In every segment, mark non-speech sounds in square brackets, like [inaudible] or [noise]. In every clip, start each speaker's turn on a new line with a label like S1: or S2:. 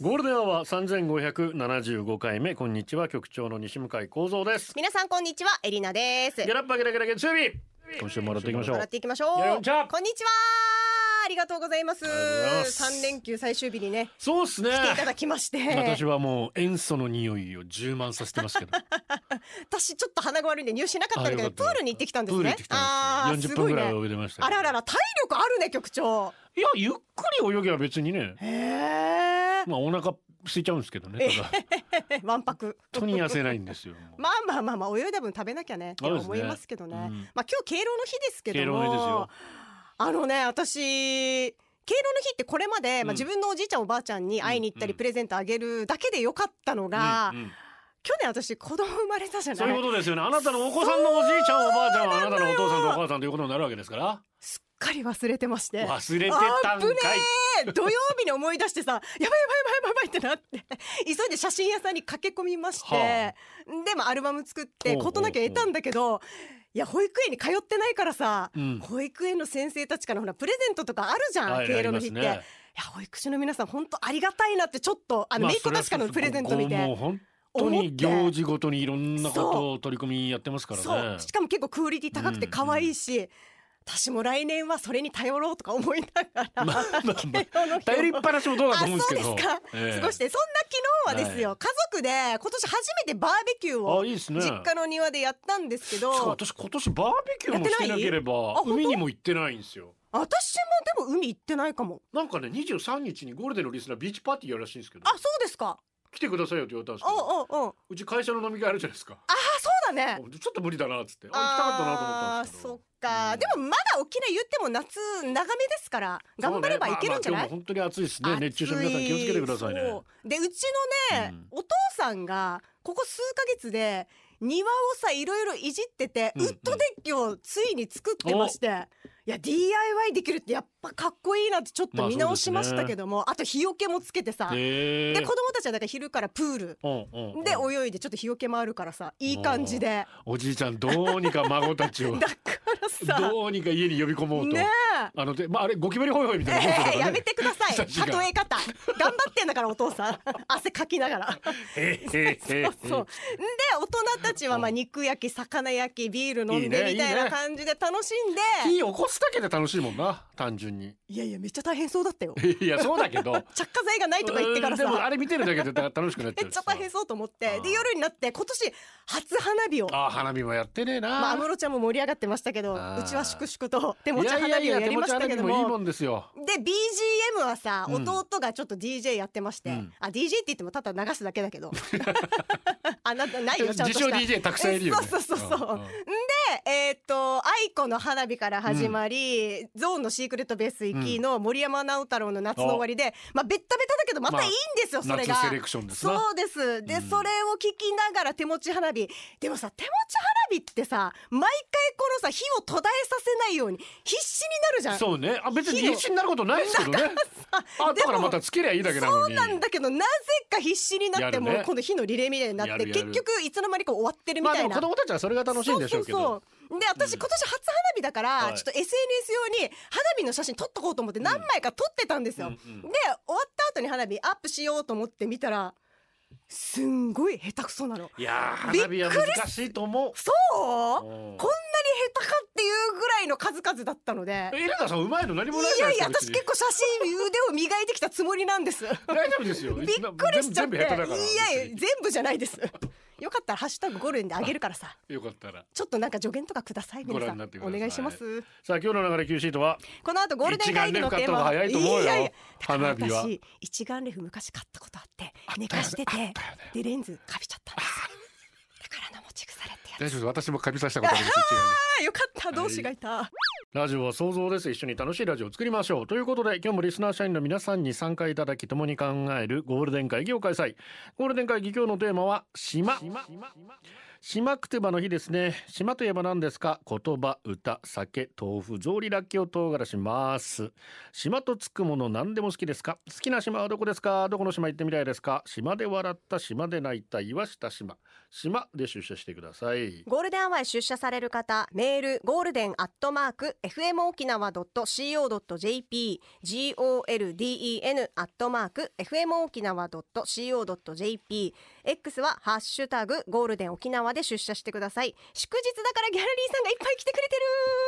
S1: ゴールデンアワー3575回目こんにちは局長の西向井光三です
S2: 皆さんこんにちはエリナです
S1: ゲラッパゲラゲラゲラ中日今週もらっていきましょ
S2: 笑
S1: う
S2: っていきましょう
S1: やよんちゃん
S2: こんにちはありがとうございます
S1: ありがとうございます
S2: 三連休最終日にね
S1: そうっすね
S2: 来ていただきまして
S1: 私はもう塩素の匂いを充満させてますけど
S2: 私ちょっと鼻が悪いんで入手なかったんだけ
S1: あよ
S2: ど
S1: かった
S2: プールに行ってきたんで
S1: プ
S2: す
S1: ール行
S2: ね
S1: ってき
S2: あ
S1: たん
S2: ー
S1: です
S2: す
S1: よ40分
S2: ごい
S1: ぐら
S2: ね
S1: い泳いでましたけど
S2: あららら体力あるね局長
S1: いやゆっくり泳ぎは別にね
S2: へえ
S1: まあお腹空いちゃうんですけどねただ
S2: わんぱく
S1: [laughs] 本当に痩せないんですよもう
S2: まあまあまあまあ泳いだ分食べなきゃねって
S1: そうですね
S2: 思いますけどね
S1: うん
S2: まあ今日敬老の日ですけども
S1: 敬老の日ですよ
S2: あのね私敬老の日ってこれまで、ま
S1: う
S2: あ、
S1: ん
S2: 自分のおじいちゃんおばあちゃんに会いに行ったり、
S1: うん
S2: プレゼントあげるだけでよかったのが、
S1: うんうん
S2: 去年私子供生まれたじゃない
S1: そういうことですよねあなたのお子さんのおじいちゃんおばあちゃんはあなたのお父さんとお母さんということになるわけですから
S2: すっかり忘れてまして
S1: 忘れてたんかい
S2: あ [laughs] ぶねえ土曜日に思い出してさやばいやばいやばいやばいやばいってなって急いで写真屋さんに駆け込みまして、
S1: は
S2: でもアルバム作っ
S1: ほう
S2: て
S1: ほうほう
S2: 事なきゃ得たんだけどいや保育園に通ってないからさ、
S1: うん
S2: 保育園の先生たちからほらプレゼントとかあるじゃん、
S1: はい
S2: 敬老の日って、
S1: ありま
S2: い
S1: す
S2: や
S1: ね
S2: 保育士の皆さん本当ありがたいなってちょっとあの、
S1: まあ
S2: めいっ子たちからのプレゼント見て
S1: それはもう本当に行事ごとにいろんなことを取り組みやってますからね
S2: そうしかも結構クオリティ高くて可愛いし、私も来年はそれに頼ろうとか思いながら、
S1: [laughs] まあまあま
S2: 敬老の日を
S1: あ頼りっぱなしもどうだと思うんですけど
S2: あそうですか、
S1: ええ
S2: 過ごしてそんな昨日はですよ、
S1: は
S2: 家族で今年初めてバーベキュー
S1: あ
S2: を
S1: いいですね
S2: 実家の庭でやったんですけど
S1: しかも私今年バーベキューもしてなけれ
S2: あ
S1: ば
S2: 本当
S1: 海にも行ってないんですよ
S2: 私もでも海行ってないかも
S1: なんかね23日にゴールデンのリスナービーチパーティーやるらしいんですけど
S2: あそうですか
S1: 来てくださいよって言われたんですけ
S2: おう
S1: ど
S2: おうおう
S1: うち会社の飲み会あるじゃないですか
S2: あそうだね
S1: ちょっと無理だなっつってあ行きたかったなと思ったん
S2: あ
S1: ですけど
S2: ーそっか、
S1: うん
S2: でもまだ沖縄言っても夏長めですから頑張ればいけるんじゃない、
S1: そうねまあまあ今日も本当に暑いですね熱中症皆さん気をつけてくださいね
S2: そうでうちのね、お父さんがここ数ヶ月で庭をさいろいろいじってて、
S1: うんうん
S2: ウッドデッキをついに作ってましていや DIY できるってやっぱかっこいいなってちょっ
S1: まあ
S2: と見直しましたけども、あと日よけもつけてさ、
S1: へ
S2: で
S1: ー
S2: 子供たちはだから昼からプール
S1: うんうんうん
S2: で泳いでちょっと日よけもあるからさいい感じで
S1: おじいちゃんどうにか孫たちを
S2: [laughs] だからさ
S1: どうにか家に呼び込もうと、
S2: ねえ
S1: あのでまああれゴキブリホイホイみたいなもんですから
S2: え
S1: ね
S2: [laughs] ーやめてください
S1: 写真が
S2: 例え方頑張ってんだからお父さん汗かきながら
S1: えーえーえー
S2: そう。で、大人たちはまあ
S1: うん
S2: 肉焼き、魚焼き、ビール飲ん
S1: いい
S2: で
S1: ね
S2: みたい
S1: いいね
S2: な感じで楽しんで。
S1: 火起こすだけで楽しいもんな単純に [laughs]
S2: いやいや、めっちゃ大変そうだったよ。
S1: いやそうだけど
S2: 着火剤がないとか言ってから
S1: うんでもあ
S2: さ。
S1: れ見てるだけでだ楽しくなっちゃ
S2: め
S1: うし
S2: っち
S1: さ
S2: ゃ大変そうと思っ
S1: う
S2: て。
S1: ん
S2: で、夜になって、今年初花火を。
S1: あー花火もやってねえな、
S2: まあ、安室ちゃんも盛り上がってましたけど、
S1: あー
S2: うちは粛々と手持
S1: い
S2: ち
S1: やい
S2: 花
S1: やい
S2: 火を
S1: や
S2: や
S1: 手
S2: り
S1: 持
S2: ま
S1: ち
S2: した
S1: 花
S2: け
S1: 火
S2: ど
S1: もいい
S2: も
S1: も。んですよ
S2: で BGM はさ、
S1: うん
S2: 弟がちょっと DJ やってまして、
S1: うん
S2: あ DJ って言ってもただ流すだけ
S1: [laughs]
S2: だけどあなたないよちゃんと
S1: 自
S2: し
S1: 称
S2: た
S1: DJ たくさんいるよ、ね、
S2: そうそうそうそう、
S1: んん
S2: でえーっと愛子の花火から始まり、ゾーンのシークレットベース行きの森山直太朗の夏の終わりで、まあベッタベタだけどまたいいんですよ、それが
S1: 夏セレクションですな
S2: そうですで、
S1: うん
S2: それを聞きながら手持ち花火でもさ手持ち花火ってさ毎回このさ火を途絶えさせないように必死になるじゃん
S1: そうねあ別に
S2: 火を
S1: 一緒になることないですけどねあだからまたつけりゃいいだけなの
S2: そう
S1: に
S2: なんだけどなぜか必死になって、
S1: やるね
S2: もう今度火のリレーみたいになって
S1: やるやる
S2: 結局いつの間にか終わってるみ
S1: まあ
S2: た
S1: で
S2: い
S1: も
S2: な、
S1: 子供たちはそれが楽しいんでしょうけど
S2: そうそうそうで私、
S1: うん
S2: 今年初花火だから、
S1: はい
S2: ちょっと SNS 用に花火の写真撮っとこうと思って何枚か撮ってたんですよ、
S1: うんうんうん
S2: で終わった後に花火アップしようと思って見たらすんごい下手くそなの
S1: いやー花火は難しいと思う
S2: そうこんなに
S1: うん
S2: 下手かっていうぐらいの数々だったので
S1: え、エレナさんうまいの何もない
S2: い
S1: じゃな
S2: や
S1: い
S2: い
S1: です
S2: や
S1: か。
S2: 私結構写真腕を磨いてきたつもりな
S1: [laughs]
S2: んですびっ
S1: 別に大丈夫ですよ。び
S2: くりしちゃって
S1: 全部下手
S2: い
S1: だ
S2: や
S1: から。
S2: いや全部じゃないですよかったら「ハッシュタグゴルン」であげるからさ
S1: よかったら。
S2: ちょっとなんか助言とかください皆
S1: ご
S2: さ
S1: 覧に
S2: ん
S1: なってくだ
S2: お
S1: さい
S2: 願いします
S1: さあ今日の流れ Q シートは
S2: この後ゴールデン会議のテ
S1: 一眼レフ買った
S2: ーマ
S1: 方が早いと思うよ
S2: ややだか
S1: 花
S2: ら
S1: 火は
S2: 私一眼レフ昔買ったことあって
S1: あったよね
S2: 寝かし
S1: あ
S2: てて、
S1: ったよね
S2: でレンズかびちゃったんですだからの持ち腐れってやつ
S1: 大丈夫です。私もカビさせたことあります。一眼レフ
S2: あーよかった同志がいた、
S1: ラジオは想像です。一緒に楽しいラジオを作りましょう。ということで、今日もリスナー社員の皆さんに参加いただき、共に考えるゴールデン会議を開催。ゴールデン会議、今日のテーマは島。島くてばの日ですね島といえば何ですか言葉歌酒豆腐草履らっきょう唐辛子ます島とつくもの何でも好きですか好きな島はどこですかどこの島行ってみたいですか島で笑った島で泣いた岩下島島で出社してください
S2: ゴールデンアワーへ出社される方、メール、ゴールデンアットマーク、fmokinawa.co.jp、golden アットマーク、fmokinawa.co.jp、X は、ハッシュタグ、ゴールデン沖縄で出社してください。祝日だからギャラリーさんがいっぱい来てくれてる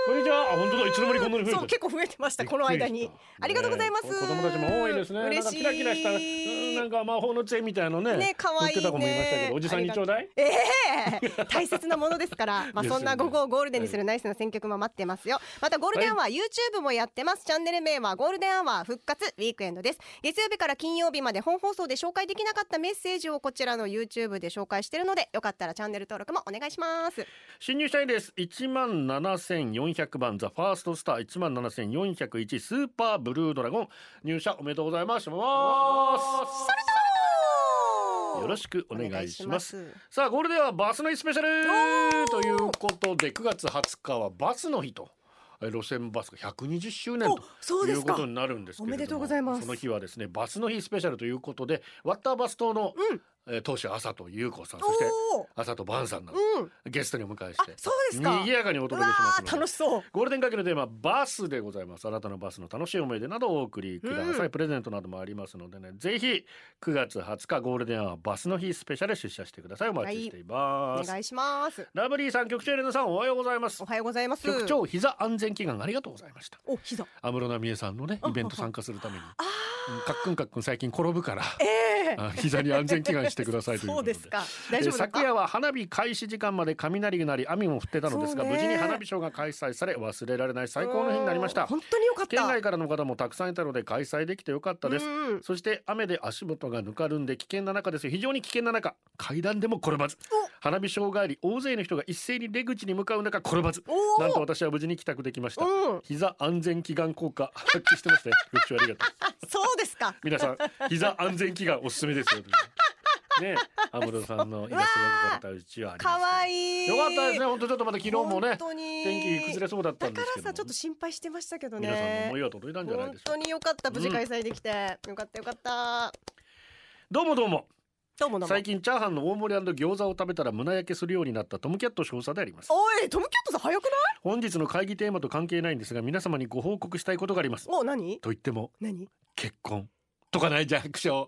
S1: こんにちはあ本当だいつの間にこんなに増えてる
S2: そう、結構増えてました、この間
S1: びっ
S2: に
S1: くりし。た
S2: ありがとうございます。
S1: ね子供たちも多いですね
S2: 嬉しい。
S1: なんかキラキラしたうんなんか魔法の杖みたいのね
S2: ね可愛い
S1: 売
S2: ね
S1: ってた子もいましたけどおじさんにちょうだい
S2: ええ [laughs] 大切なものです
S1: [laughs]
S2: から、まあ、
S1: ですよ
S2: そ
S1: ね
S2: んな午後をゴールデンにするナイスな選曲も待ってますよ。またゴールデンアワー、YouTube もやってます。チャンネル名はゴールデンアワー復活ウィークエンドです。月曜日から金曜日まで本放送で紹介できなかったメッセージをこちらの YouTube で紹介してるので、よかったらチャンネル登録もお願いします。
S1: 新入社員です1万7400番ザファーストスター1万7401スーパーブルードラゴン入社おめでとうございますしますよろしくお願いします
S2: お願いしま
S1: さあゴールデンはバスの日スペシャル
S2: お
S1: と
S2: ー
S1: いうことで9月20日はバスの日とえ路線バスが120周年と
S2: おそう
S1: い
S2: で
S1: う
S2: す
S1: こ
S2: か
S1: とになるんですけれども
S2: おめでとうございます
S1: その日はですねバスの日スペシャルということでワッターバス島の、
S2: うん
S1: えー当主朝と優子さんそして
S2: お
S1: 朝と晩さんなど
S2: ーうん。
S1: ゲストにお迎えし
S2: あ
S1: て、
S2: そうですか
S1: 賑。やかにお
S2: う
S1: 届
S2: わ
S1: けしますの
S2: ー
S1: で
S2: 楽しそう。
S1: ゴールデンかけのテーマバスでございますあなたのバスの楽しい思い出などをお送りください、
S2: うん
S1: プレゼントなどもありますのでねぜひ9月20日ゴールデンはバスの日スペシャル出社してくださいお待ちしてい
S2: お
S1: ます、
S2: 願いします。
S1: ラブリーさん局長エレナさんおはようございます
S2: おはようございます。
S1: 局長膝安全祈願ありがとうございました
S2: お、膝。
S1: 安室奈美恵さんのねイベント参加するために
S2: あ
S1: うんカックンカックン最近転ぶから
S2: あ、 [laughs] ええ
S1: あ膝に安全祈願してくださいという
S2: そ
S1: こと
S2: う
S1: で
S2: ですか。大丈
S1: えー
S2: 夫です
S1: 昨
S2: か。
S1: 夜は花火開始時間まで雷が鳴り雨も降ってたのですが、
S2: そう
S1: 無
S2: ね
S1: 事に花火ショーが開催され忘れられない最高の日になりました
S2: 本当に良かった。
S1: 県外からの方もたくさんいたので開催できてよかったです、
S2: うんうん
S1: そして雨で足元がぬかるんで危険な中です非常に危険な中階段でも転ばず花火障害り大勢の人が一斉に出口に向かう中転ばず
S2: おー
S1: なんと私は無事に帰宅できました、
S2: うん
S1: 膝安全祈願効果発揮してますねご視聴ありがとう
S2: あ、そうですか。
S1: 皆さん膝安全祈願おすすめです
S2: [laughs]
S1: よね安室さんのイラストが描かれたうちはあります
S2: 可愛
S1: い
S2: いい。
S1: よかったですね。本当ちょっとまた昨日もね
S2: 本当に
S1: 天気崩れそうだった
S2: だ
S1: んで
S2: か
S1: すけ
S2: ら
S1: ども
S2: さ、ちょっと心配してましたけどね。
S1: 皆さんの思いは届いたんじゃない
S2: 本
S1: でしょう
S2: 当
S1: か
S2: に良かった。無事開催できて、よかったよかった。
S1: どうもどうも
S2: どうもどうも。
S1: 最近チャーハンの大盛り餃子を食べたら胸焼けするようになったトムキャット少佐であります
S2: おい、トムキャットさん早くない？
S1: 本日の会議テーマと関係ないんですが皆様にご報告したいことがあります
S2: お、何？
S1: と言っても
S2: 何？
S1: 結婚とかないじゃん苦 [laughs] 笑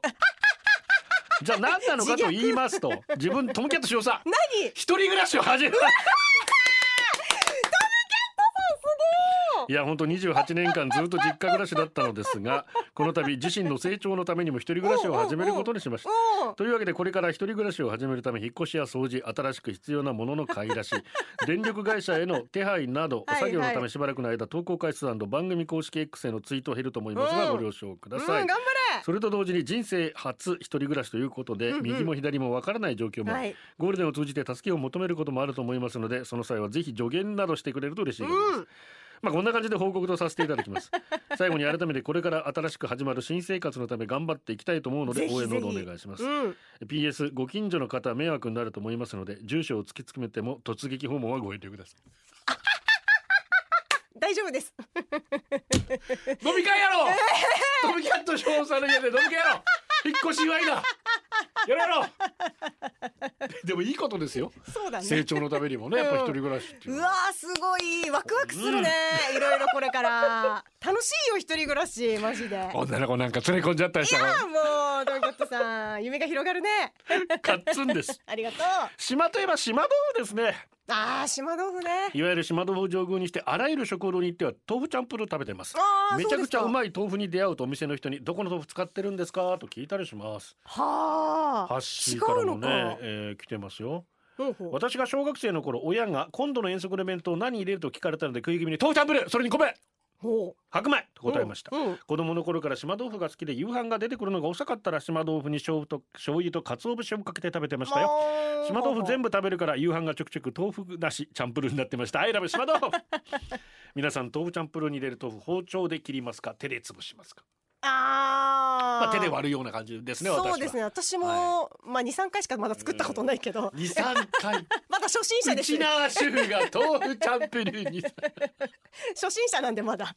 S1: じゃあ何なのかと言いますと自分トムキャット少佐
S2: 何？
S1: 一人暮らしを始めたトムキャットさんすごいいや本当28年間ずっと実家暮らしだったのですがこの度自身の成長のためにも一人暮らしを始めることにしました
S2: うん。
S1: というわけでこれから一人暮らしを始めるため引っ越しや掃除新しく必要なものの買い
S2: [laughs]
S1: 出し電力会社への手配など
S2: はいはい
S1: 作業のためしばらくの間投稿回数番組公式 X へのツイート減ると思いますが
S2: うん
S1: ご了承く
S2: う
S1: だ
S2: ん、
S1: さい
S2: 頑。張れ。
S1: それと同時に人生初一人暮らしということで、
S2: うんうん
S1: 右も左もわからない状況も、
S2: はい
S1: ゴールデンを通じて助けを求めることもあると思いますのでその際はぜひ助言などしてくれると嬉しいです、
S2: うん
S1: まあこんな感じで報告とさせていただきます最後に改めてこれから新しく始まる新生活のため頑張っていきたいと思うので
S2: ぜひ
S1: 応
S2: ぜ
S1: 援
S2: ひ
S1: のほどお願いします
S2: うん。
S1: PS ご近所の方は迷惑になると思いますので住所を突き詰めても突撃訪問はご遠慮くださ
S2: 大丈夫です。 [laughs]
S1: い飲み会やろう、トムキャット少佐の家で飲み会やろう引っ越し祝いだやろうやろうでもいいことですよ
S2: そうだね。
S1: 成長のためにもねやっぱ一人暮らしっていう
S2: う
S1: の
S2: わ
S1: は
S2: ーすごいワクワクするね、いろいろこれから楽しいよ一人暮らしマジでいや
S1: 女の子なんか連れ込んじゃったりしたか
S2: ーもうトムキャットさん夢が広がるね
S1: らカッツンです
S2: ありがとう
S1: 島といえば島豆腐ですね
S2: あー島豆腐ね
S1: いわゆる島豆腐を上宮にしてあらゆる食堂に行っては豆腐チャンプルー食べてます
S2: あー
S1: めちゃくちゃう
S2: い
S1: まい豆腐に出会うとお店の人にどこの豆腐使ってるんですかと聞いたりします
S2: はあ
S1: ハッシーからもね
S2: 違うのか、
S1: えー来てますよ
S2: ほうほう
S1: 私が小学生の頃親が今度の遠足の弁当何入れると聞かれたので食い気味に豆腐チャンプルーそれに米
S2: ほ
S1: 白米と
S2: う
S1: 答えました
S2: うんうん
S1: 子供の頃から島豆腐が好きで夕飯が出てくるのが遅かったら島豆腐に醤油と醤油と鰹節をかけて食べてましたよ
S2: もう
S1: 島豆腐全部食べるから夕飯がちょくちょく豆腐なしチャンプルーになってましたアイラブ
S2: [laughs]
S1: 島豆腐皆さん豆腐チャンプルーに入れる豆腐包丁で切りますか手で潰しますか
S2: あー、
S1: まあ、手で割るような感じですね私は
S2: そうですね私も、
S1: は
S2: まあ23回しかまだ作ったことないけど、
S1: 23回
S2: まだ初心者
S1: う
S2: です
S1: ちな主婦が豆腐チャンプルーに
S2: 初心者なんで
S1: [laughs]
S2: まだ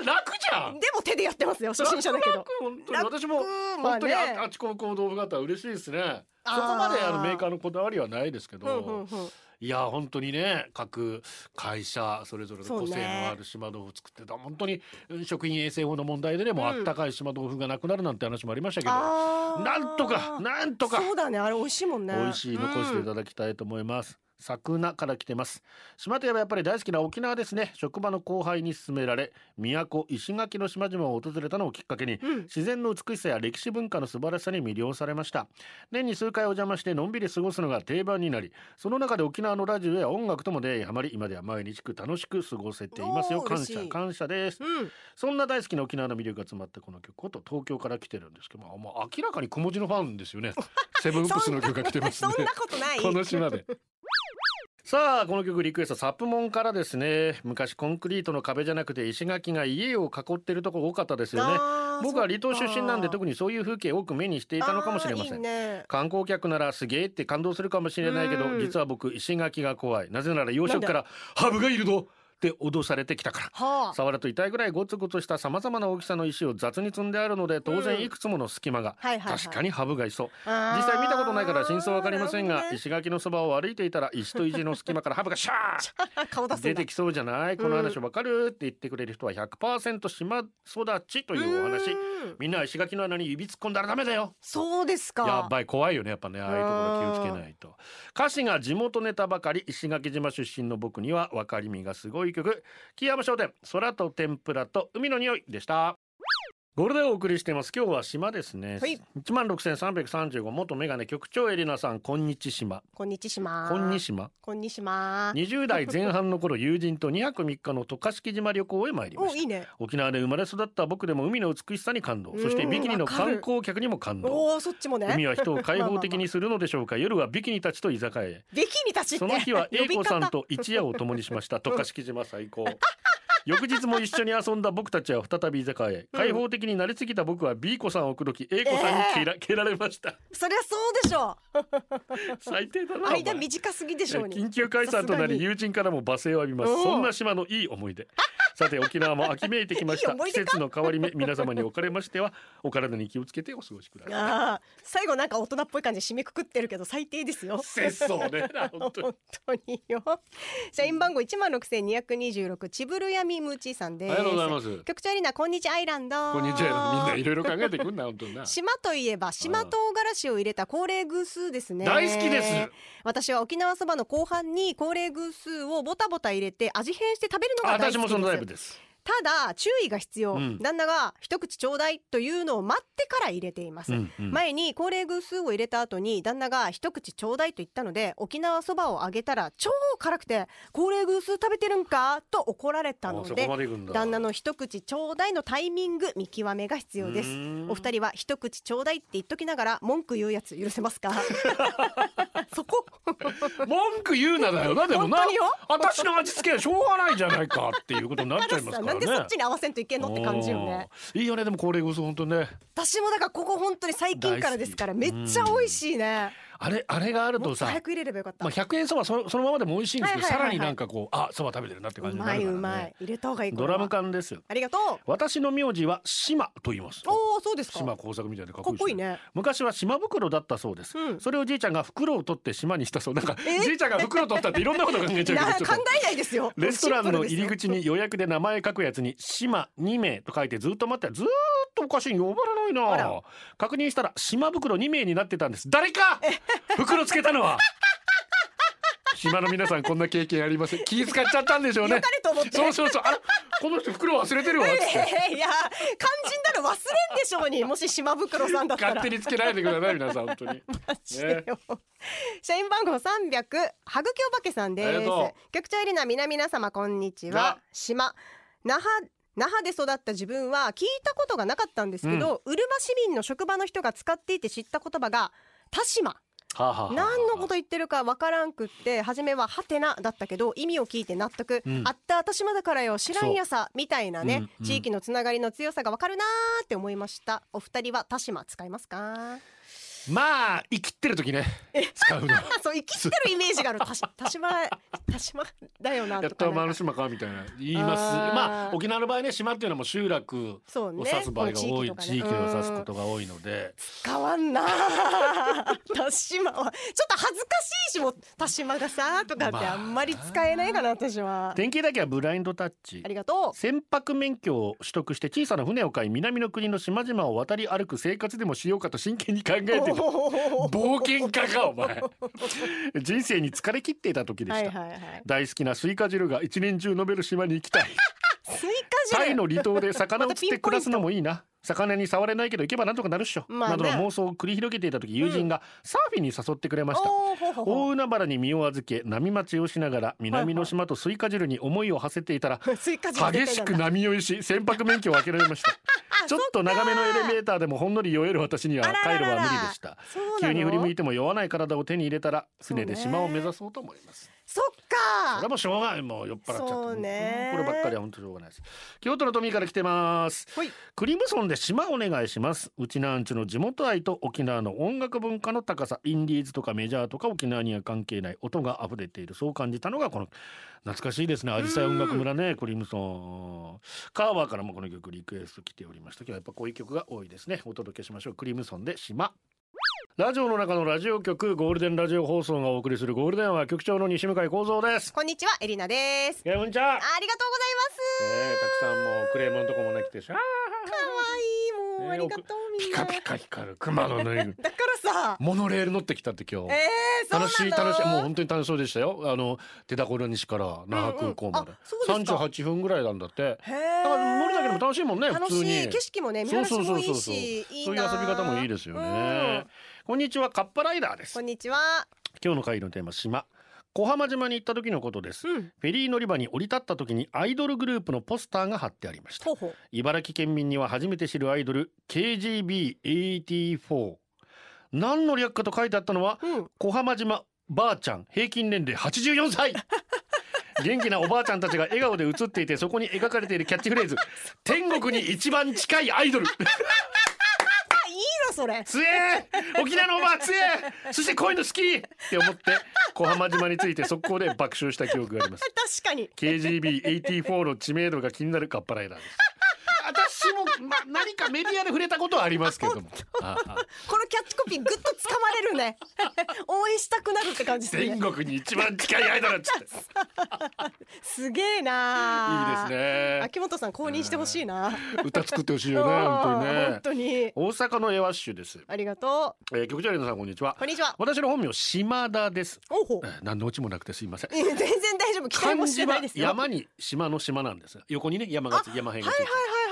S2: で
S1: まあ楽じゃ
S2: も
S1: ん
S2: でも手でやってますよ初心者だけど
S1: 本当に
S2: 楽
S1: 私も
S2: まあ
S1: 本当に
S2: ね
S1: ああちここう豆腐があったら嬉しいですねそ
S2: あー
S1: こまであのメーカーのこだわりはないですけ
S2: うんうんう
S1: ど
S2: んそう
S1: いや本当にね各会社それぞれの個
S2: そう
S1: 性
S2: ね
S1: のある島豆腐作ってた本当にうん食品衛生法の問題でねもうあったかい島豆腐がなくなるなんて話もありましたけど
S2: あー
S1: なんとかなんとか
S2: そうだねあれ美味しいもんね
S1: 美味しい残してい
S2: だ
S1: ただきたいと思います。サクナから来てます。島といえばやっぱり大好きな沖縄ですね。職場の後輩に勧められ、宮古石垣の島々を訪れたのをきっかけに、
S2: うん
S1: 自然の美しさや歴史文化の素晴らしさに魅了されました。年に数回お邪魔してのんびり過ごすのが定番になり、その中で沖縄のラジオや音楽とも出会いハマり、今では毎日楽しく過ごせていますよ。
S2: おー
S1: 感
S2: 嬉し
S1: 謝
S2: い
S1: 感謝です。
S2: うん
S1: そんな大好きな沖縄の魅力が詰まったこの曲こと東京から来てるんですけど、まあ、もう明らかに小文字のファンですよ
S2: [laughs]
S1: ね。セブンプスの曲が来てます
S2: そん
S1: ね。
S2: なことない
S1: この島で。さあこの曲リクエストサップモンからですね昔コンクリートの壁じゃなくて石垣が家を囲ってるとこ多かったですよね
S2: あー
S1: 僕は離島出身なんで
S2: そっか
S1: 特にそういう風景多く目にしていたのかもしれません
S2: あーいいね
S1: 観光客ならすげえって感動するかもしれないけど、
S2: うん
S1: 実は僕石垣が怖いなぜなら養殖からハブがいるぞって脅されてきたから
S2: はあ
S1: 触ると痛いぐらいゴツゴツしたさまざまな大きさの石を雑に積んであるので当
S2: うん
S1: 然いくつもの隙間が、
S2: はいはいはい
S1: 確かにハブがいそう
S2: あー
S1: 実際見たことないから真相わかりません
S2: なる
S1: が、
S2: ほどね
S1: 石垣のそばを歩いていたら石と石の隙間からハブがシャ
S2: [laughs]
S1: ー
S2: 顔出すんだ
S1: 出てきそうじゃないこの話わかるって言ってくれる人は100%島育ちというお話
S2: うん
S1: みんな石垣の穴に指突っ込んだらダメだよ
S2: そうですか
S1: やばい怖いよねやっぱねああいうところ気をつけないと歌詞が地元ネタばかり石垣島出身の僕には分かりみがすごい曲木山商店空と天ぷらと海の匂いでしたゴールデンをお送りしています今日は島ですね
S2: はい
S1: 一万六千三百三十五元メガネ局長エリナさんこんにち島
S2: こんにちしま
S1: こんに島
S2: こんにちま
S1: 二十代前半の頃友人と二泊三日の渡嘉敷島旅行へ参りま
S2: お
S1: した
S2: いいね
S1: 沖縄で生まれ育った僕でも海の美しさに感動
S2: うん
S1: そしてビキニの
S2: わかる
S1: 観光客にも感動
S2: おおそっちもね
S1: 海は人を開放的
S2: まあまあま
S1: にするのでしょうか夜はビキニたちと居酒屋へ
S2: あビキニたちって
S1: その日は
S2: 呼
S1: 英
S2: び
S1: 子
S2: 方
S1: さんと一夜を共にしました渡嘉敷島最
S2: [laughs]
S1: 高翌日も一緒に遊んだ僕たちは再び居酒屋へ開放的になりすぎた僕は B 子さんを口説き A 子さんに蹴ら,、蹴られました
S2: そりゃそうでしょ
S1: 最低だなお前
S2: 間短すぎでしょうに
S1: 緊急解散とな
S2: さすが
S1: り
S2: に
S1: 友人からも罵声を浴びま
S2: おう
S1: すそんな島のいい思い出さて沖縄も秋めいてき
S2: [laughs]
S1: まし
S2: い
S1: た
S2: い思
S1: 季
S2: い出か
S1: 節の変わり目皆様におかれましてはお体に気をつけてお過ごしください
S2: ああ最後なんか大人っぽい感じで締めくくってるけど最低ですよ
S1: 節操ね本当に
S2: [laughs] 本当によ社員番号一万六千二百二十六ちぶるやみむちさん
S1: あ
S2: で
S1: り
S2: す
S1: がとうございます
S2: 局長エリナこんにちアイランド
S1: こんにちはみんないろいろ考えてくんな本当にな
S2: 島といえば島唐辛子を入れた高齢偶数ですね
S1: 大好きです
S2: 私は沖縄そばの後半に高齢偶数をボタボタ入れて味変して食べるのが大
S1: 私
S2: 好きです
S1: もそのタイプです
S2: ただ注意が必要、
S1: うん
S2: 旦那が一口ちょうだいというのを待ってから入れています、
S1: うんうん
S2: 前に高齢偶数を入れた後に旦那が一口ちょうだいと言ったので沖縄そばをあげたら超辛くて高齢偶数食べてるんかと怒られたの
S1: あそこ
S2: で
S1: まで行くんだ
S2: 旦那の一口ちょうだいのタイミング見極めが必要です
S1: うーん
S2: お二人は一口ちょうだいって言っときながら文句言うやつ許せますか [laughs] そこ
S1: 文句言うなだよなでもな
S2: 本当によ
S1: 私の味付けはしょうがないじゃないかっていうことになっちゃいますからね
S2: なんでそっちに合わせんといけんのって感じよね
S1: おーいいよねでも高齢こそ本当にね
S2: 私もだからここ本当に最近からですからめっちゃ美味しいね
S1: あれあれがある
S2: も
S1: と
S2: っと
S1: さ
S2: 早く入れればよかった、
S1: まあ、100円そばそそのままでも美味しいんですけど、
S2: はいはいは
S1: さ
S2: いはい
S1: らになんかこうあそば食べてるなって感
S2: う
S1: じに
S2: ま
S1: なる
S2: い
S1: から、ね、
S2: うまい入れた方がいいこ
S1: ド
S2: れ
S1: ラ
S2: は
S1: ム缶ですよ
S2: ありがとう
S1: 私の名字は島と言います
S2: おおそうですか
S1: 島工作みたいでかっ
S2: かっこ
S1: こ
S2: い
S1: い
S2: い
S1: いですね
S2: ね
S1: 昔は島袋だったそうです、
S2: うん
S1: それをじいちゃんが袋を取って島にしたそうなんか
S2: え
S1: じいちゃんが袋取ったっていろんなこと考えち
S2: な
S1: ゃう
S2: 考
S1: けどちょっと
S2: えないですよ
S1: レストランの入り
S2: シンプルで
S1: 口
S2: す
S1: に予約で名前書くやつに「島2名」と書いてずっと待ってたらずーっとおかしい呼ばれ
S2: あ
S1: ないな
S2: ら
S1: 確認したら島袋2名になってたんです誰か袋つけたの
S2: [laughs]
S1: は島の皆さんこんな経験ありません気遣っちゃったんでしょう
S2: よ
S1: ね
S2: かれと思って
S1: そうそうそうあらこの人袋忘れてるわっつって
S2: [laughs] えーいや肝心なの忘れんでしょうにもし島袋さんだったら
S1: 勝手につけないでください皆さん本当に
S2: マジでよ、社員番号三百はぐきおばけさん
S1: あ
S2: で
S1: り
S2: す
S1: がと
S2: 局長エリナ皆皆様こんにちは
S1: な
S2: 島那覇那覇で育った自分は聞いたことがなかったんですけど、うるま市民の職場の人が使っていて知った言葉が田島
S1: はあはあはあ
S2: 何のこと言ってるかわからんくって初めは「はてな」だったけど意味を聞いて納得、
S1: うん
S2: あった私まだからよ知らんやさみたいなね、
S1: うんうん
S2: 地域のつながりの強さがわかるなーって思いましたお二人は田島使いますか
S1: まあ生きってる時ね使
S2: [laughs]
S1: うの
S2: あそう生きってるイメージがある田
S1: [laughs]
S2: 島田島田島だよな
S1: やっ
S2: とか
S1: と
S2: な
S1: 丸
S2: んか
S1: 島かみたいな言います
S2: あー
S1: まあ沖縄の場合ね島っていうのはもう集落
S2: そう
S1: を
S2: ね
S1: 指す場合が多い、
S2: この
S1: 地域を指すこ
S2: うん
S1: とが多いので
S2: 使わんなー [laughs] 田島はちょっと恥ずかしいしもう田島がさとかってあんまり使えないかな私は
S1: 典型だけはブラインドタッチ
S2: ありがとう
S1: 船舶免許を取得して小さな船を買い南の国の島々を渡り歩く生活でもしようかと真剣に考えていた冒険家かお
S2: [laughs]
S1: 前人生に疲れ切っていた時で
S2: は
S1: し
S2: い
S1: た、
S2: はいはい。
S1: 大好きなスイカ汁が一年中飲める島に行きたい
S2: スイカ
S1: タイ
S2: 汁。
S1: の離島で魚を釣って暮らすのもいいな魚に触れないけど行けばなんとかなるっしょ、
S2: まあね
S1: などの妄想を繰り広げていた時友人がサーフィンに預ってくれました、
S2: おおほうほうほ
S1: 大海原に身を預け波待ちをしながら南の島とスイカ汁に思いを馳せていた
S2: [laughs]
S1: ら、
S2: う。スイカ汁出てるん
S1: 激
S2: だ。
S1: しく波酔いし船舶免許を開けられました
S2: [laughs]
S1: ちょっと長めのエレベーターでもほんのり酔える私には
S2: あら
S1: 回
S2: らら
S1: 路
S2: ら
S1: は無理でした
S2: そうなの
S1: 急に振り向いても酔わない体を手に入れたら
S2: そうね
S1: 船で島を目指そうと思います
S2: そっ
S1: これは
S2: か。
S1: もうしょうがないもう酔っ払っちゃって
S2: そうね
S1: こればっかりは本当しょうがないです京都のトミーから来てます
S2: ほい
S1: クリムソンで島お願いしますうちなんちの地元愛と沖縄の音楽文化の高さインディーズとかメジャーとか沖縄には関係ない音が溢れているそう感じたのがこの懐かしいですねアジサイ音楽村ねクリムソンカーバーからもこの曲リクエスト来ておりました今日はやっぱこういう曲が多いですねお届けしましょうクリムソンで島ラジオの中のラジオ局ゴールデンラジオ放送がお送りするゴールデンは局長の西向井光三です
S2: こんにちはエリナです。
S1: やむんちゃんね
S2: ありがとうございます。
S1: えたくさんもうクレームのとこもね来てさ
S2: 可愛いもう
S1: ね
S2: ありがとうみ
S1: ピ
S2: ん
S1: カ
S2: な。
S1: ピカ光る熊のぬいぐるみ
S2: だからさ。
S1: [laughs] モノレール乗ってきたって今日
S2: ええそうなの。
S1: 楽しい楽しいもう本当に楽しそうでしたよあの手だこの西から那覇空港ま
S2: うん
S1: で
S2: うんあそうですか
S1: 38分ぐらいなんだって
S2: へ
S1: だ
S2: え。
S1: から乗るだけでも楽しいもんね
S2: 楽
S1: 普
S2: し
S1: 通に
S2: い景色もね見晴らしもいいしいい
S1: そういう
S2: な
S1: 遊び方もいいですよね、こんにちはカッパライダーで
S2: うんこ
S1: す
S2: んにちは
S1: 今日の会のテーマ島小浜島に行った時のことです、
S2: うん
S1: フェリー乗り場に降り立った時にアイドルグループのポスターが貼ってありました
S2: ほうほう
S1: 茨城県民には初めて知るアイドル KGB84 何の略かと書いてあったのは
S2: うん
S1: 小浜島ばあちゃん平均年齢84歳
S2: [laughs]
S1: 元気なおばあちゃんたちが笑顔で写っていてそこに描かれているキャッチフ
S2: [laughs]
S1: レーズ「天国に一番近いアイドル」
S2: あいいのそれ
S1: 「強え沖縄のおばあ強えそしてこういうの好き!」って思って小浜島について速攻で爆笑した記憶があります
S2: 確かに
S1: KGB84 の知名度が気になるカッパライダーです。私も、ま、何かメディアで触れたことはありますけれども。ああ
S2: このキャッチコピーぐっと掴まれるね [laughs] 応援したくなるって感じするね
S1: 全国に一番近いアイドルっつって。いい [laughs] です
S2: すげえなね
S1: ね。
S2: 秋元さん公認してほしいな
S1: 歌作ってほしい
S2: うん
S1: よね、本当に
S2: 本
S1: ね。
S2: 当に
S1: 大阪のエワッシュです。
S2: ありがと
S1: えー、局長のさん、こんにちは
S2: う。こんにちは
S1: 私の本名島田です。
S2: おうほう。
S1: えー何のうちもなくてすいません
S2: [laughs] 全然大丈夫期待も
S1: 漢
S2: して
S1: 字
S2: ない
S1: は
S2: ですよ
S1: 山に島の島なんです。横にね、山がつ、山辺がついて。
S2: はいはいはいはい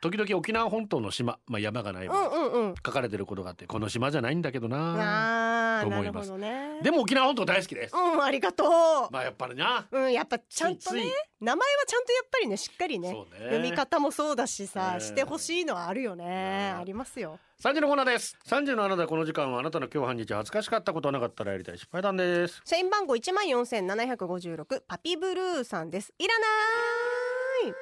S1: 時々沖縄本島の島、まあ、山がない場合。
S2: うんうんうん
S1: 書かれてることがあってこの島じゃないんだけどな
S2: あ
S1: と
S2: ーな
S1: 思
S2: る
S1: いま
S2: ほ
S1: す
S2: どね
S1: [laughs] でも沖縄本島大好きです
S2: うんありがとう
S1: まあやっぱりな
S2: うんやっぱちゃんと
S1: つ
S2: ね
S1: いつい
S2: 名前はちゃんとやっぱりねしっかりね
S1: そうね
S2: 読み方もそうだしさ、
S1: うん
S2: してほしいのはあるよね、
S1: うん
S2: ありますよ
S1: 3時のコーナーです3時のあなたこの時間はあなたの今日半日恥ずかしかったことなかったらやりたい失敗談です
S2: 社員番号一万四千七百五十六パピブルーさんです。いらない。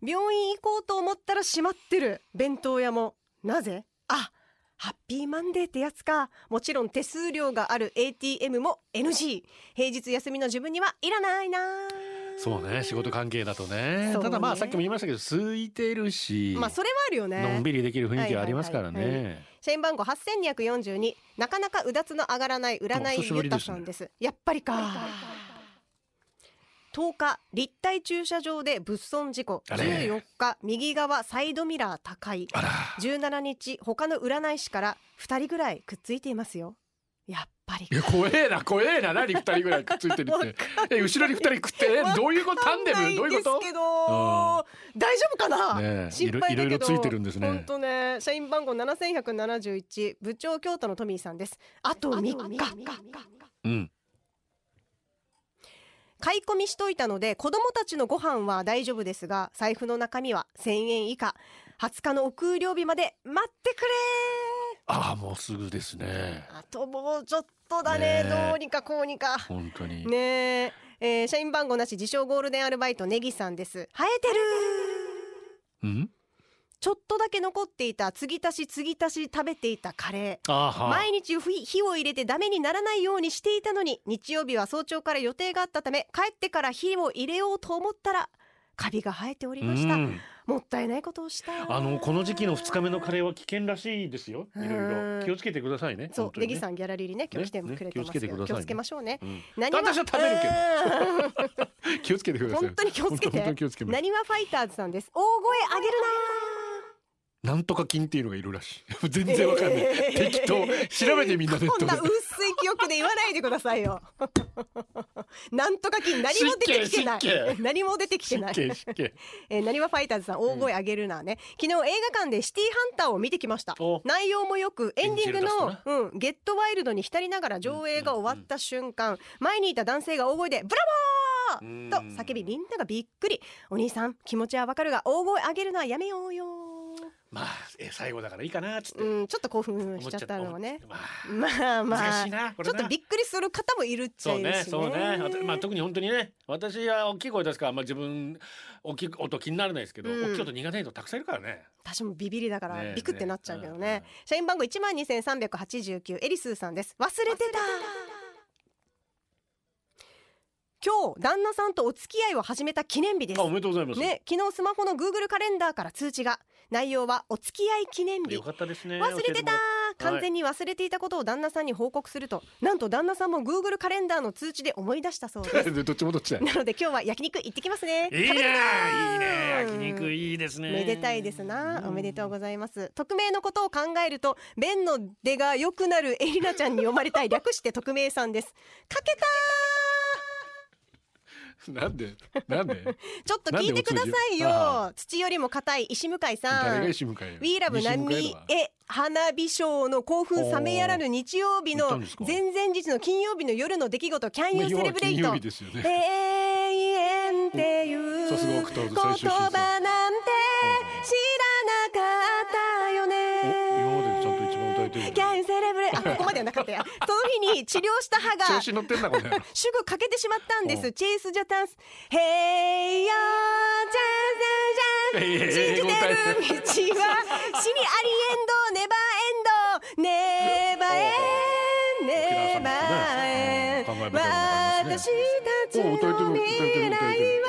S2: 病院行こうと思ったら閉まってる弁当屋もなぜ？あ、ハッピーマンデーってやつか。もちろん手数料がある ATM も NG。平日休みの自分にはいらないな。
S1: そうね仕事関係だとね
S2: そうね
S1: ただまあさっきも言いましたけど空いてるし、
S2: まあそれはあるよね。
S1: のんびりできる雰囲気はありますからね、
S2: はいはいは社員番号八千二百四十二。なかなかうだつの上がらない占
S1: お久
S2: い
S1: しぶ
S2: ゆ
S1: り
S2: た
S1: です
S2: さ
S1: ね
S2: んです。やっぱりか。10日立体駐車場で物損事故
S1: あれ
S2: 14日右側サイドミラー高い
S1: あら
S2: 17日他の占い師から2人ぐらいくっついていますよやっぱり
S1: いや怖えな怖えな何二人ぐらいくっついてるってえ後ろに二人くってえどういうことタンデムどういうこ
S2: わかんないですけ
S1: と
S2: ど大丈夫かな、
S1: ねえ
S2: 心配だけど
S1: いろいろいろついてるんですね
S2: 本当ね社員番号7171部長京都のトミーさんですあと3日
S1: うん
S2: 買い込みしといたので子供たちのご飯は大丈夫ですが財布の中身は1000円以下20日のお給料日まで待ってくれ
S1: ああもうすぐですね
S2: あともうちょっとだね
S1: ねえ
S2: どうにかこうにか
S1: 本当に、
S2: ねええー社員番号なし自称ゴールデンアルバイトネギさんです生えてる
S1: うん
S2: ちょっとだけ残っていた継ぎ足し継ぎ足し食べていたカレー
S1: ああはあ
S2: 毎日火火を入れてダメにならないようにしていたのに日曜日は早朝から予定があったため帰ってから火を入れようと思ったらカビが生えておりました
S1: うん
S2: もったいないことをした
S1: あのこの時期の2日目のカレーは危険らしいですよいろ
S2: う
S1: い
S2: ん
S1: ろ気をつけてくださいね
S2: そう、ネギ
S1: ん、
S2: さんギャラリーにね今日来ても
S1: ね
S2: くれてますけど、
S1: ね気をつけてくだ
S2: 気
S1: さいね
S2: をつけましょうね
S1: うん、
S2: 何
S1: 私は食べる
S2: け
S1: 気をつけてください
S2: 本当に気をつけ
S1: 本当に
S2: て
S1: 気をつけます
S2: なにわファイターズさんです大声上げる
S1: なんとか菌っていうのがいるらしい [laughs] 全
S2: な
S1: 然わかんない、
S2: [laughs]
S1: 適当調べてみんなネッ
S2: こ
S1: ト
S2: ん
S1: で
S2: な薄い記憶で言わないでくださいよ [laughs] なんとか金何も出てきてない
S1: 失敬失
S2: 何も出てきてな
S1: 失
S2: い
S1: 敬失敬
S2: えー、なにわファイターズさん大声上げるなね、昨日映画館でシティハンターを見てきました
S1: お
S2: 内容もよくエンディング
S1: エンジェル
S2: の
S1: ダス、
S2: うん、ゲットワイルドに浸りながら上映が終わった瞬間、前にいた男性が大声でブラボー [laughs] と叫びみんながびっくりお兄さん気持ちはわかるが大声上げるのはやめようよ
S1: まあ、えー最後だからいいかなっつって
S2: うんちょっと興奮
S1: 思
S2: し
S1: っ
S2: ちゃったのはね
S1: まあ
S2: まあま
S1: 難
S2: あ
S1: しいなこ
S2: ち
S1: れ
S2: ょっ
S1: な
S2: とびっくりする方もいるっちゃ
S1: そう
S2: いるし
S1: ね
S2: ね
S1: そうねあとまあ特に本当にね私は大きい声出すから、まあ、自分大きい音気にならないですけど、
S2: うん
S1: 大きい音苦手な人たくさんいるからね
S2: 私もビビりだから
S1: ねえ
S2: ビクってなっちゃうけどね
S1: ねえうんうん
S2: 社員番号一万二千三百八十九エリスーさんです忘れてた今日旦那さんとお付き合いを始めた記念日です
S1: あおめでとうございます、
S2: ね昨日スマホの Google カレンダーから通知が内容はお付き合い記念日
S1: よかったですね
S2: 忘れてた
S1: はい
S2: 完全に忘れていたことを旦那さんに報告するとなんと旦那さんも Google カレンダーの通知で思い出したそうで
S1: 教えて
S2: す
S1: もらって [laughs] どっちもどっちだよ
S2: [laughs] なので今日は焼肉行ってきますね
S1: いいねいい
S2: 食べてきま
S1: ね焼
S2: す
S1: 肉いいですね
S2: めでたいですな、おめでとうございます匿名のことを考えると便の出が良くなるエリナちゃんに読まれたい略して匿名さんですかけた
S1: なんでなん
S2: [laughs]
S1: で
S2: ーちょっと聞いてください
S1: な
S2: よ土よりも硬い石向井さ
S1: 誰
S2: ん
S1: が
S2: We
S1: 石向かいよ
S2: Love
S1: 西向
S2: 南
S1: かい
S2: 見
S1: だわ
S2: え花火ショーの興奮冷めやらぬ日曜日
S1: おー行
S2: の
S1: ったんですか
S2: 前々日の金曜日の夜の出来事 Can
S1: ま
S2: you
S1: あ要は金
S2: celebrate
S1: 曜日ですよ
S2: [laughs]
S1: ね
S2: 永遠っていう
S1: さすがオクタ
S2: 言
S1: ーブ
S2: 葉な
S1: 最
S2: んて
S1: 終
S2: 知ら
S1: 審査
S2: なかったよ
S1: お今までちゃんと一
S2: ね
S1: 番歌えてる
S2: ギャンセレブ
S1: [laughs]
S2: レあここまではなかったやその日に治療した歯
S1: 調
S2: が
S1: 子乗ってんなこれ
S2: 主語欠けてしまったんで
S1: う
S2: すチェイスジャタンスヘイヨーチェイスジャン信じてる道は死に
S1: 沖縄さんですね考え深いことがあ
S2: ありエンドネバーエンドネバーエンドネバーエンド
S1: ります
S2: 私
S1: ね
S2: たちの未来は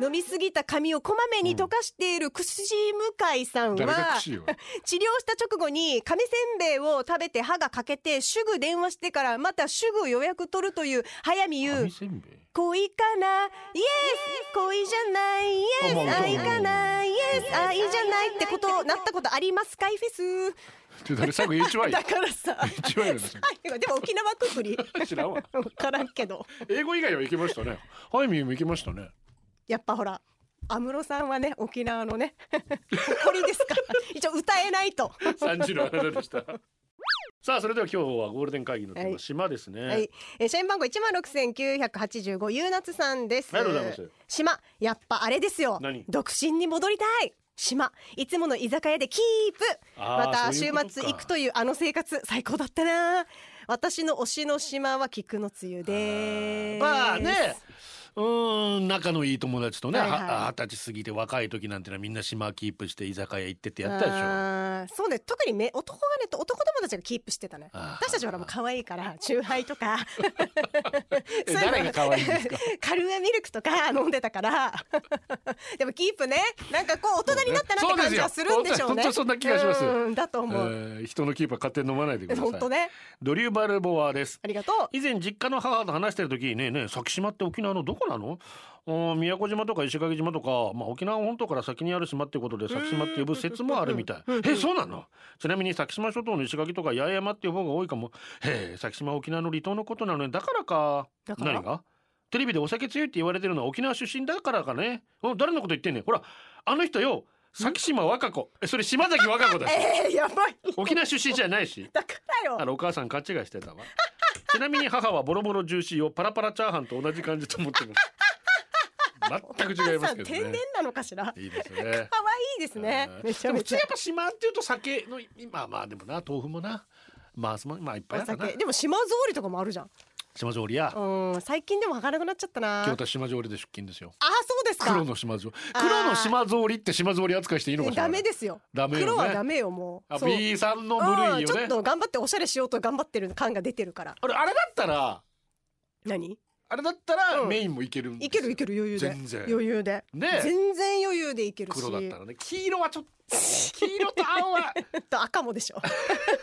S2: 飲みすぎた髪をこまめに溶かしているくすじ向井さん
S1: 誰が
S2: は
S1: 口よ
S2: 治療した直後に亀せんべいを食べて歯が欠けてすぐ電話してからまたすぐ予約取るという早見優
S1: 紙せんべい
S2: 恋かなイエス恋じゃないイエ
S1: あまあま
S2: ス
S1: あ
S2: 愛かなイエス愛じゃないってことなったことありますかいフェス
S1: って誰最後 HY
S2: [laughs] だから
S1: [laughs]
S2: さ
S1: HY なんですよ
S2: でも沖縄くくり
S1: [laughs] 知
S2: [laughs]
S1: らんわ
S2: 分からんけど
S1: 英語以外は行けましたねハイミーも行けました
S2: [laughs]
S1: ね
S2: やっぱほら安室さんはね沖縄のね誇りです
S1: [laughs]
S2: から一応歌えないと。
S1: 三時のあなたでした。さあそれでは今日はゴールデン会議のテーマ、
S2: はい
S1: 島ですね。
S2: はい、えー社員番号一万六千九百八十五ゆうなつさんです。
S1: ありがとうございます
S2: 島、やっぱあれですよ
S1: 何。
S2: 独身に戻りたい。島、いつもの居酒屋でキープ。
S1: あー
S2: また
S1: そうい
S2: 週
S1: うことか
S2: 末行くというあの生活、最高だったな。私の推しの島は菊の梅雨です。
S1: まあね。うーん仲のいい友達とね
S2: はいはい
S1: は二十、歳過ぎて若い時なんてのはみんな島キープして居酒屋行ってってやったでしょ
S2: あーそうね特にめ男はねと男友達がキープしてたね
S1: あー
S2: 私たちはもう可愛
S1: [laughs]
S2: いからチューハイとか
S1: え誰が可愛いんですか
S2: [laughs] カルーアミルクとか飲んでたから [laughs] でもキープねなんかこう大人になったなって感じはするんでしょ
S1: そうですよ
S2: うね
S1: 本当本当そんな気がします
S2: うんだと
S1: え
S2: 思う、
S1: ー人のキープは勝手に飲まないでください
S2: 本当ね
S1: ドリューバルボアです
S2: ありがとう
S1: 以前実家の母と話してる時にねねえ先島って沖縄のどこなのうん宮古島とか石垣島とか、まあ、沖縄本島から先にある島ってことで先島って呼ぶ説もあるみたいえそうなのちなみに先島諸島の石垣とか八重山って呼ぶ方が多いかもへえ先島は沖縄の離島のことなのにだからか
S2: だから
S1: 何がテレビでお酒強いって言われてるのは沖縄出身だからかねお誰のこと言ってんねんほらあの人よ先島和歌子えそれ島崎和歌子だし
S2: [laughs] えー、やばい
S1: 沖縄出身じゃないし
S2: だからよ
S1: あのお母さん勘違いしてたわちなみに母はボロボロジューシーをパラパラチャーハンと同じ感じと思ってます全く違い
S2: お母
S1: ま
S2: さ
S1: すけ
S2: ん天
S1: ど
S2: 然
S1: ね
S2: なのかしら可愛
S1: いいですね
S2: いいです [laughs] ね
S1: うん
S2: めち
S1: で
S2: ゃめちゃ
S1: も普通やっぱ島っていうと酒のまあまあでもな豆腐もなまあそのまあいっぱい
S2: お
S1: あるな
S2: 酒でも島ぞうりとかもあるじゃん
S1: 島上りや
S2: うん最近でも履かなくなっちゃったな
S1: 京都島上りで出勤ですよ
S2: あそうですか
S1: 黒の島上
S2: あー
S1: 黒の島上りって島上り扱いしていいのかしら
S2: ダメですよ
S1: ダメよね
S2: 黒はダメよもう
S1: あ
S2: そう
S1: B さんの部類
S2: うん
S1: よ
S2: ちょ
S1: ね
S2: っと頑張っておしゃれしようと頑張ってる感が出てるから
S1: あれあれだったら
S2: 何
S1: あれだったら
S2: うん
S1: メインもいけるんですよ
S2: いけるいける余裕で
S1: 全然
S2: 余裕で、
S1: ね
S2: 全然余裕でいけるし
S1: 黒だったらね黄色はちょっと黄色と青は
S2: と赤もでしょ [laughs]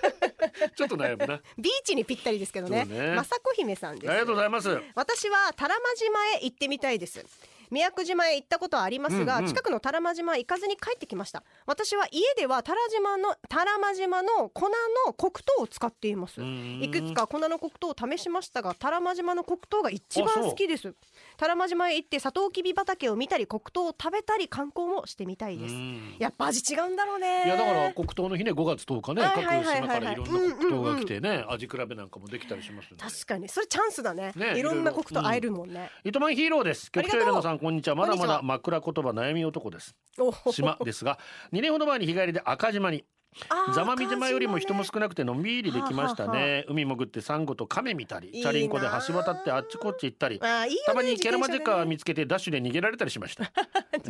S1: ちょっと悩むな
S2: ビーチにぴったりですけどね
S1: そうね
S2: 雅子姫さんです
S1: ありがとうございます
S2: 私は多良間島へ行ってみたいです宮古島へ行ったことはありますが、
S1: うんうん
S2: 近くの多良間島へ行かずに帰ってきました私は家では多良島の多良間島の粉の黒糖を使っていますいくつか粉の黒糖を試しましたが多良間島の黒糖が一
S1: あそ
S2: 番
S1: う
S2: 好きです多良間島へ行ってサトウキビ畑を見たり黒糖を食べたり観光もしてみたいです
S1: うん
S2: やっぱ味違うんだろうね
S1: いやだから黒糖の日ね5月10日ね
S2: は
S1: 各
S2: いはいはい
S1: 島
S2: は
S1: か
S2: い
S1: らいろんな黒糖が来てね、
S2: う
S1: 味比べなんかもできたりしますんで
S2: 確かにそれチャンスだね
S1: ね
S2: いろんな
S1: ろ
S2: い
S1: いろ
S2: 黒糖会えるもんね、
S1: 糸満ヒーローです
S2: あり
S1: 局
S2: が
S1: 長エレナ
S2: とう
S1: さんこんにちはまだまだ
S2: こ
S1: 枕言葉悩み男です
S2: おほほ
S1: 島ですが2年ほど前に日帰りで赤島に
S2: あー
S1: 座間見島よりも人も
S2: 赤島
S1: 少
S2: ね
S1: なくてのんびりできましたね
S2: はあは
S1: 海潜ってサンゴとカメ見たり
S2: い
S1: チ
S2: いな
S1: ャ
S2: あ
S1: リンコで橋渡ってあっちこっち行ったり
S2: あーいいよね
S1: たまにケラマジ
S2: 自転車でね
S1: カ見つけてダッシュで逃げられたりしま
S2: [laughs]
S1: した
S2: 逃げ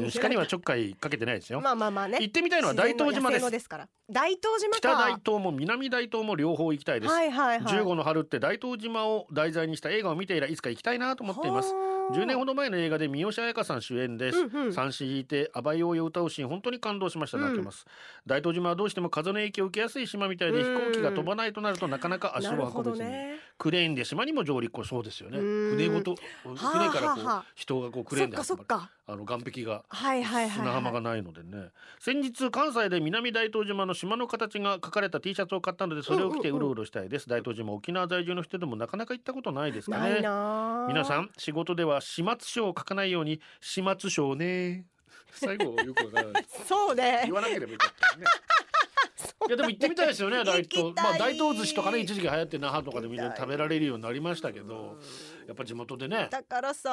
S2: られた
S1: 鹿にはちょっかいかけてないですよ
S2: まあまあまあね
S1: 行ってみたいのは大東島です
S2: 自然の野生のですから大東島か
S1: 北大東も南大東も両方行きたいです、
S2: はいはいはい
S1: 15の春って大東島を題材にした映画を見て以来いつか行きたいなと思っています
S2: ほー
S1: 10年ほど前の映画で三好彩香さん主演です、
S2: うんうん
S1: 三子引いて「あばようよ」歌うシーン本当に感動しました
S2: うん
S1: 泣けます、大東島はどうしても風の影響を受けやすい島みたいで飛
S2: うん
S1: 行機が飛ばないとなるとなかなか足
S2: なる
S1: を
S2: ほ
S1: 運べ
S2: ど
S1: ずに、
S2: ね
S1: クレーンで島にも上陸こうそうですよね
S2: うん
S1: 船ごと船
S2: はあ
S1: からこ
S2: はあは
S1: う
S2: あ
S1: 人がこうクレー
S2: そっ
S1: ンで
S2: かそっか
S1: あの岸壁が
S2: はいはいはい
S1: 砂
S2: はい
S1: 浜がないのでね先日関西で南大東島の島の形が書かれた T シャツを買ったのでそれを着て
S2: うん
S1: う
S2: うんう
S1: ろ
S2: ん
S1: うろしたいです、大東島沖縄在住の人でもなかなか行ったことないですか
S2: ない
S1: ね
S2: なあ
S1: 皆さん仕事では始末書を書かないように始末書を
S2: [laughs]
S1: ね最後よくわからない
S2: そうね
S1: 言わなければよかった
S2: [laughs]
S1: ねいやでも行ってみたいですよね大東
S2: 行きたい
S1: まあ大東寿司とかね一時期流行って那覇とかでみんな食べられるようになりましたけどやっぱ地元でね
S2: だから
S1: あ
S2: さ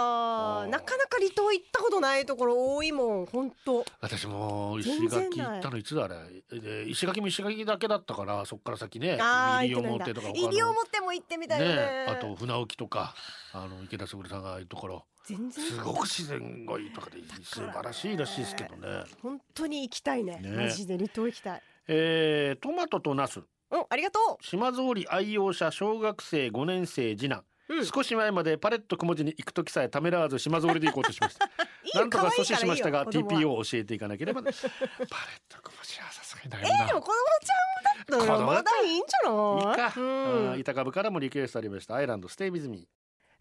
S1: ー
S2: なかなか離島行ったことないところ多いもん本当
S1: 私も石
S2: 全然ない
S1: 垣行ったのいつだあれで石垣も石垣だけだったからそっから先ね
S2: あー
S1: 西
S2: 行ってないんだ
S1: 表とか他
S2: 西
S1: の
S2: 表も行ってみたいよね
S1: ねあと船置とかあの池田卓さんがああいうところ
S2: 全然
S1: すごく自然がいいとかで素晴らしいらしいですけどね。
S2: 本当に行きたいね
S1: ね
S2: マジで離島行きたい
S1: えートマトとナス
S2: うんありがと
S1: 島造り愛用者小学生5年生次男、
S2: ううん
S1: 少し前までパレットくも字に行く時さえためらわず島造りで行こうとしました
S2: [laughs] いい
S1: なんとか阻
S2: 可愛い
S1: 止しましたが
S2: からいいよ子供
S1: TPO
S2: は
S1: を教えていかなければパレットくも字はさすがに悩
S2: えー、で
S1: む
S2: も
S1: な
S2: 子供ちゃんだったら
S1: 子供だ
S2: ま
S1: った
S2: だいいんじゃない
S1: いいか、
S2: うん
S1: あー板株からもリクエストありましたアイランドステイビズミ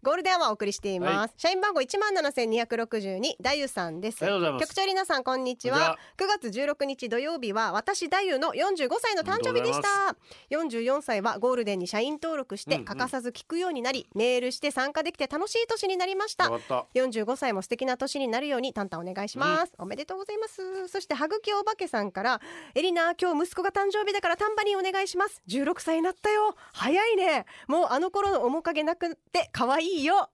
S2: ゴールデンはお送りしています、社員番号一万七千二百六十二ダユさんです
S1: ありがとうございます
S2: 局長りなさんこんにち
S1: こんにち
S2: は
S1: は
S2: 九月十六日土曜日は私ダユの四十五歳の誕生日でし
S1: あ
S2: た四十四歳はゴールデンに社員登録して
S1: うんうん
S2: 欠かさず聞くようになり、メールして参加できて楽しい年になりました
S1: 終わった
S2: 45歳も素敵な年になるようにタンタンお願いします、おめでとうございますそしてはぐきおばけさんからエリナ今日息子が誕生日だからタンバリンお願いします16歳になったよ早いねもうあの頃の面影なくて可愛いよ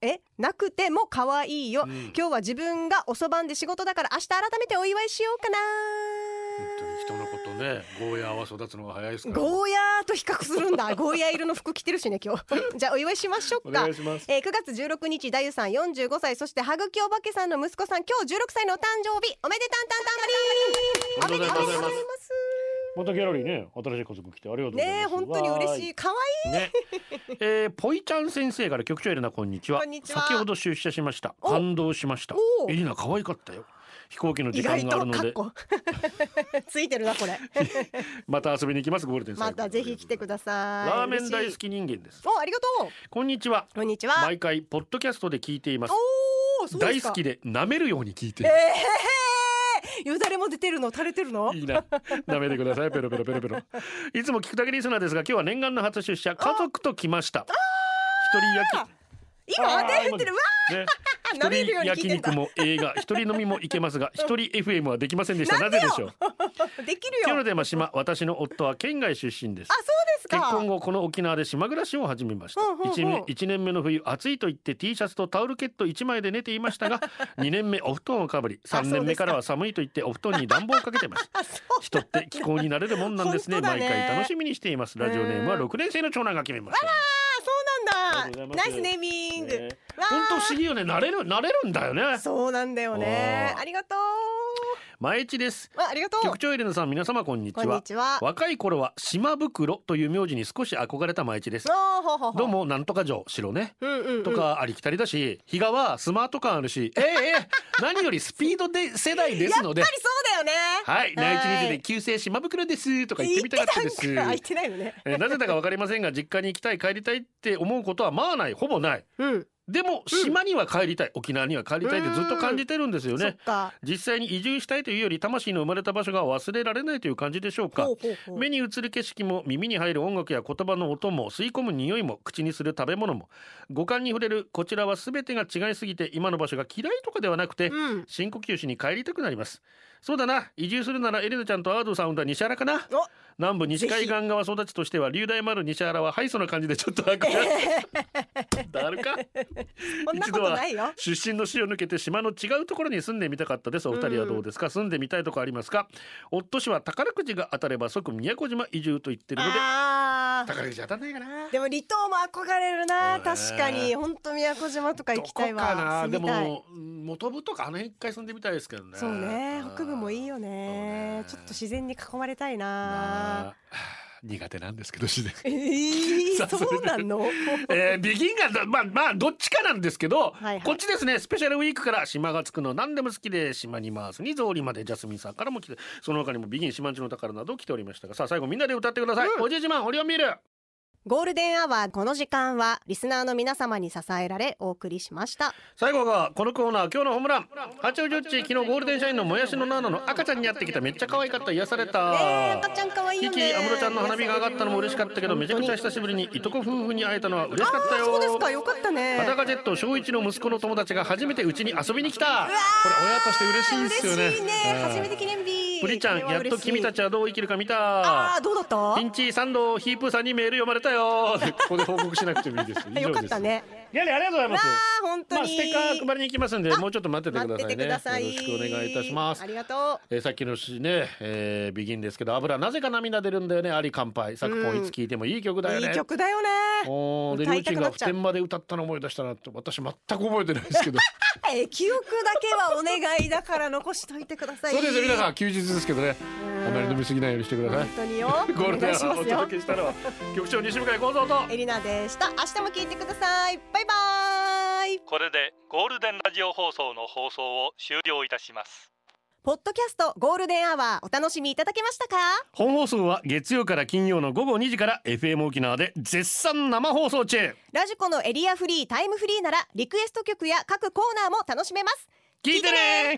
S2: えなくても可愛いよ、
S1: うん
S2: 今日は自分が遅番で仕事だから明日改めてお祝いしようかな
S1: 本当に人のことねゴーヤーは育つのが早いですから、
S2: ゴーヤーと比較するんだゴーヤー色の服着てるしね今日じゃあお祝いしましょ
S1: お
S2: うか
S1: 願いします
S2: えー、9月16日ダユさん45歳そしてはぐきおばけさんの息子さん今日16歳のお誕生日おめでたんたんたんまりー
S1: おめでとうございます
S2: おめでとうございます
S1: またギャラリーね新しい家族来てありがとうございます
S2: ねえ本当に嬉しい可愛い
S1: ね、えー、ぽいちゃん先生から局長エレナこんにちは
S2: こんにちは
S1: 先ほど出社しました
S2: お
S1: 感動しました
S2: おー
S1: エレナ可愛かったよ飛行機の
S2: 意
S1: 時間
S2: 外
S1: がある
S2: と
S1: の
S2: かっ
S1: で
S2: こついてるなこ [laughs] れ
S1: また遊びに行きますゴールデン
S2: またぜひ来てください
S1: ラーメン大好
S2: き
S1: き人間です
S2: おありがとう
S1: こんにちは
S2: こんにちは
S1: 毎回ポッドキャストで聞いています
S2: おおそうで
S1: 大
S2: すか
S1: 好きで舐めるように聞いてい
S2: え
S1: ま
S2: えー、よだれも出てるの垂れてるの
S1: すいいな舐めてくださいペロペロペロペロいつも聞くだけリスナーですが今日は念願の初出社家族と来ました一人焼き
S2: 今
S1: あー
S2: 出てるわ
S1: ね
S2: あ舐めるように聞いてんだ
S1: 一人焼肉も映画 [laughs] 一人飲みも行けますが一人 FM はできませんでしたなぜでしょう
S2: できる
S1: 今日
S2: よ
S1: のテーマ島私の夫は県外出身です
S2: あそうですですか
S1: 結婚後この沖縄で島暮らしを始めました
S2: ほうほうほう
S1: 1, 年一年目の冬暑いと言って T シャツとタオルケット1枚で寝ていました
S2: [laughs]
S1: が2年目お布団をかぶり3年目からは寒いと言ってお布団に暖房をかけて
S2: [laughs]
S1: ました
S2: あそう
S1: 人って気候になれるもんなんですね
S2: 本当だね
S1: 毎回楽しみにしていますラジオネームは6年生の長男が決めましたあ
S2: な
S1: り
S2: ん
S1: がとう
S2: だ
S1: ござい
S2: ナ
S1: ます
S2: イスネーミング、
S1: ね
S2: わー
S1: 本当不思議よね慣れる慣れるんだよね
S2: そうなんだよね
S1: おー
S2: ありがと
S1: 前一です
S2: うわありがとう
S1: 局長エレナさん皆様こんに
S2: こ
S1: ち
S2: ん
S1: は
S2: にちは
S1: 若い頃は島袋という名字に少し憧れた前一です
S2: おーほうほうほう
S1: どうもなんとか城城ね
S2: うんうんうん
S1: とかありきたりだし、比嘉はスマート感あるし、ええええ、何よりスピードで世代ですので
S2: やっぱ、りそうだよね
S1: はい、内地に出て
S2: て
S1: 旧姓島袋ですとか言ってみたかったです。
S2: 言ってないのね
S1: えーなぜだかわかりませんが、実家に行きたい、帰りたいって思うことはまあない、ほぼない。
S2: うん
S1: でも島には帰りたい、沖縄には帰りたいってずっと感じてるんですよ
S2: そっ
S1: ね。
S2: か
S1: 実際に移住したいというより魂の生まれた場所が忘れられないという感じでしょうか
S2: ほうほうほう
S1: 目に映る景色も耳に入る音楽や言葉の音も吸い込む匂いも口にする食べ物も五感に触れるこちらは全てが違いすぎて今の場所が嫌いとかではなくて、
S2: うん
S1: 深呼吸しに帰りたくなりますそうだな移住するならエレナちゃんとアードさんを産んだ西原かな
S2: お
S1: 南部西海岸側育ちとしては流大丸西原は敗訴な感じでちょっと憧
S2: [laughs]
S1: れだるか
S2: そんなことないよ
S1: 出身の市を抜けて島の違うところに住んでみたかったですお二人はどうですか、住んでみたいとこありますか夫氏は宝くじが当たれば即宮古島移住と言ってるので
S2: あー
S1: 宝くじ当たんないかな
S2: でも離島も憧れるな
S1: ね
S2: 確かに本当宮古島とか行きたい
S1: どこか
S2: わ
S1: なで
S2: 住みたい
S1: も元部とかあの辺一回住んでみたいですけどね
S2: そうね北部もいいよ
S1: そうね
S2: ねちょっと自然に囲まれたい
S1: ま
S2: な
S1: あ苦手なんですけど
S2: [laughs]
S1: 自然
S2: えー
S1: さあそれで
S2: そうなの
S1: [laughs] えー、ビギンがまあまあどっちかなんですけど、
S2: はいはい
S1: こっちですねスペシャルウィークから「島がつくの何でも好きで島に回す」に「ゾーリまでジャスミンさんからも来てその他にも「ビギン島んちの宝」など来ておりましたがさあ最後みんなで歌ってください、おじいちまんオリオンビール
S2: ゴールデンアワーこの時間はリスナーの皆様に支えられお送りしました
S1: 最後がこのコーナー今日のホームラン八王子うっち昨日ゴールデン社員のもやしのナーナの赤ちゃんにやってきためっちゃ可愛かった癒された、
S2: ねえ赤ちゃん可愛い
S1: キ
S2: よ
S1: キ
S2: ね
S1: 安室ちゃんの花火が上がったのも嬉しかったけどめちゃくちゃ久しぶりにいとこ夫婦に会えたのは嬉しかったよ
S2: そうですかよかったね
S1: 裸ジェット小一の息子の友達が初めてうちに遊びに来たこれ親として嬉しいんですよね
S2: 嬉しいね
S1: うん
S2: 初めて記念日
S1: プリちゃんやっと君た
S2: ち
S1: ちはどう生きるか見
S2: あ
S1: た
S2: ーどうだった
S1: ピンチーサンドヒープーさんにメール読まれた
S2: [laughs]
S1: よここで報告しなくてもいいです以上です
S2: よかったね
S1: やれありがとうござい
S2: わ
S1: ます
S2: あ本当に、
S1: まあ、ステッカー配りに行きますんで、もうちょっと待っててく
S2: 待
S1: だ
S2: って
S1: さい
S2: て
S1: ね。
S2: くだ
S1: よ
S2: さい
S1: ろしくお願いいたします
S2: あ。りがと
S1: えーさっきのしね、えービギンですけど、油なぜか涙出るんだよね。あり乾杯。昨今
S2: うん
S1: いつ聴いてもいい曲だよ
S2: う
S1: ね。
S2: いい曲だよね
S1: おーで、
S2: 歌
S1: りょうち
S2: いた
S1: ん
S2: くな
S1: が
S2: っ
S1: 普
S2: ちゃう
S1: 天まで歌ったの思い出したなって、私全く覚えてないです
S2: [laughs]
S1: けど。
S2: え記憶だけはお願いだから残しといてください
S1: そうですよ、皆さん、休日ですけど
S2: [laughs]
S1: ね。あまり飲みすぎないようにしてくださ
S2: 本
S1: い。
S2: 当に
S1: [laughs]
S2: よ
S1: ゴールデン
S2: お願いしま
S1: をお
S2: すよ
S1: 届けしたのは、局長西向井幸三と。
S2: エリナでした明日も聞いてくださいバイバイ
S3: これでゴールデンラジオ放送の放送を終了いたします
S2: ポッドキャストゴールデンアワーお楽しみいただけましたか
S1: 本放送は月曜から金曜の午後2時から FM 沖縄で絶賛生放送中。
S2: ラジコのエリアフリータイムフリーならリクエスト曲や各コーナーも楽しめます
S1: 聞いてね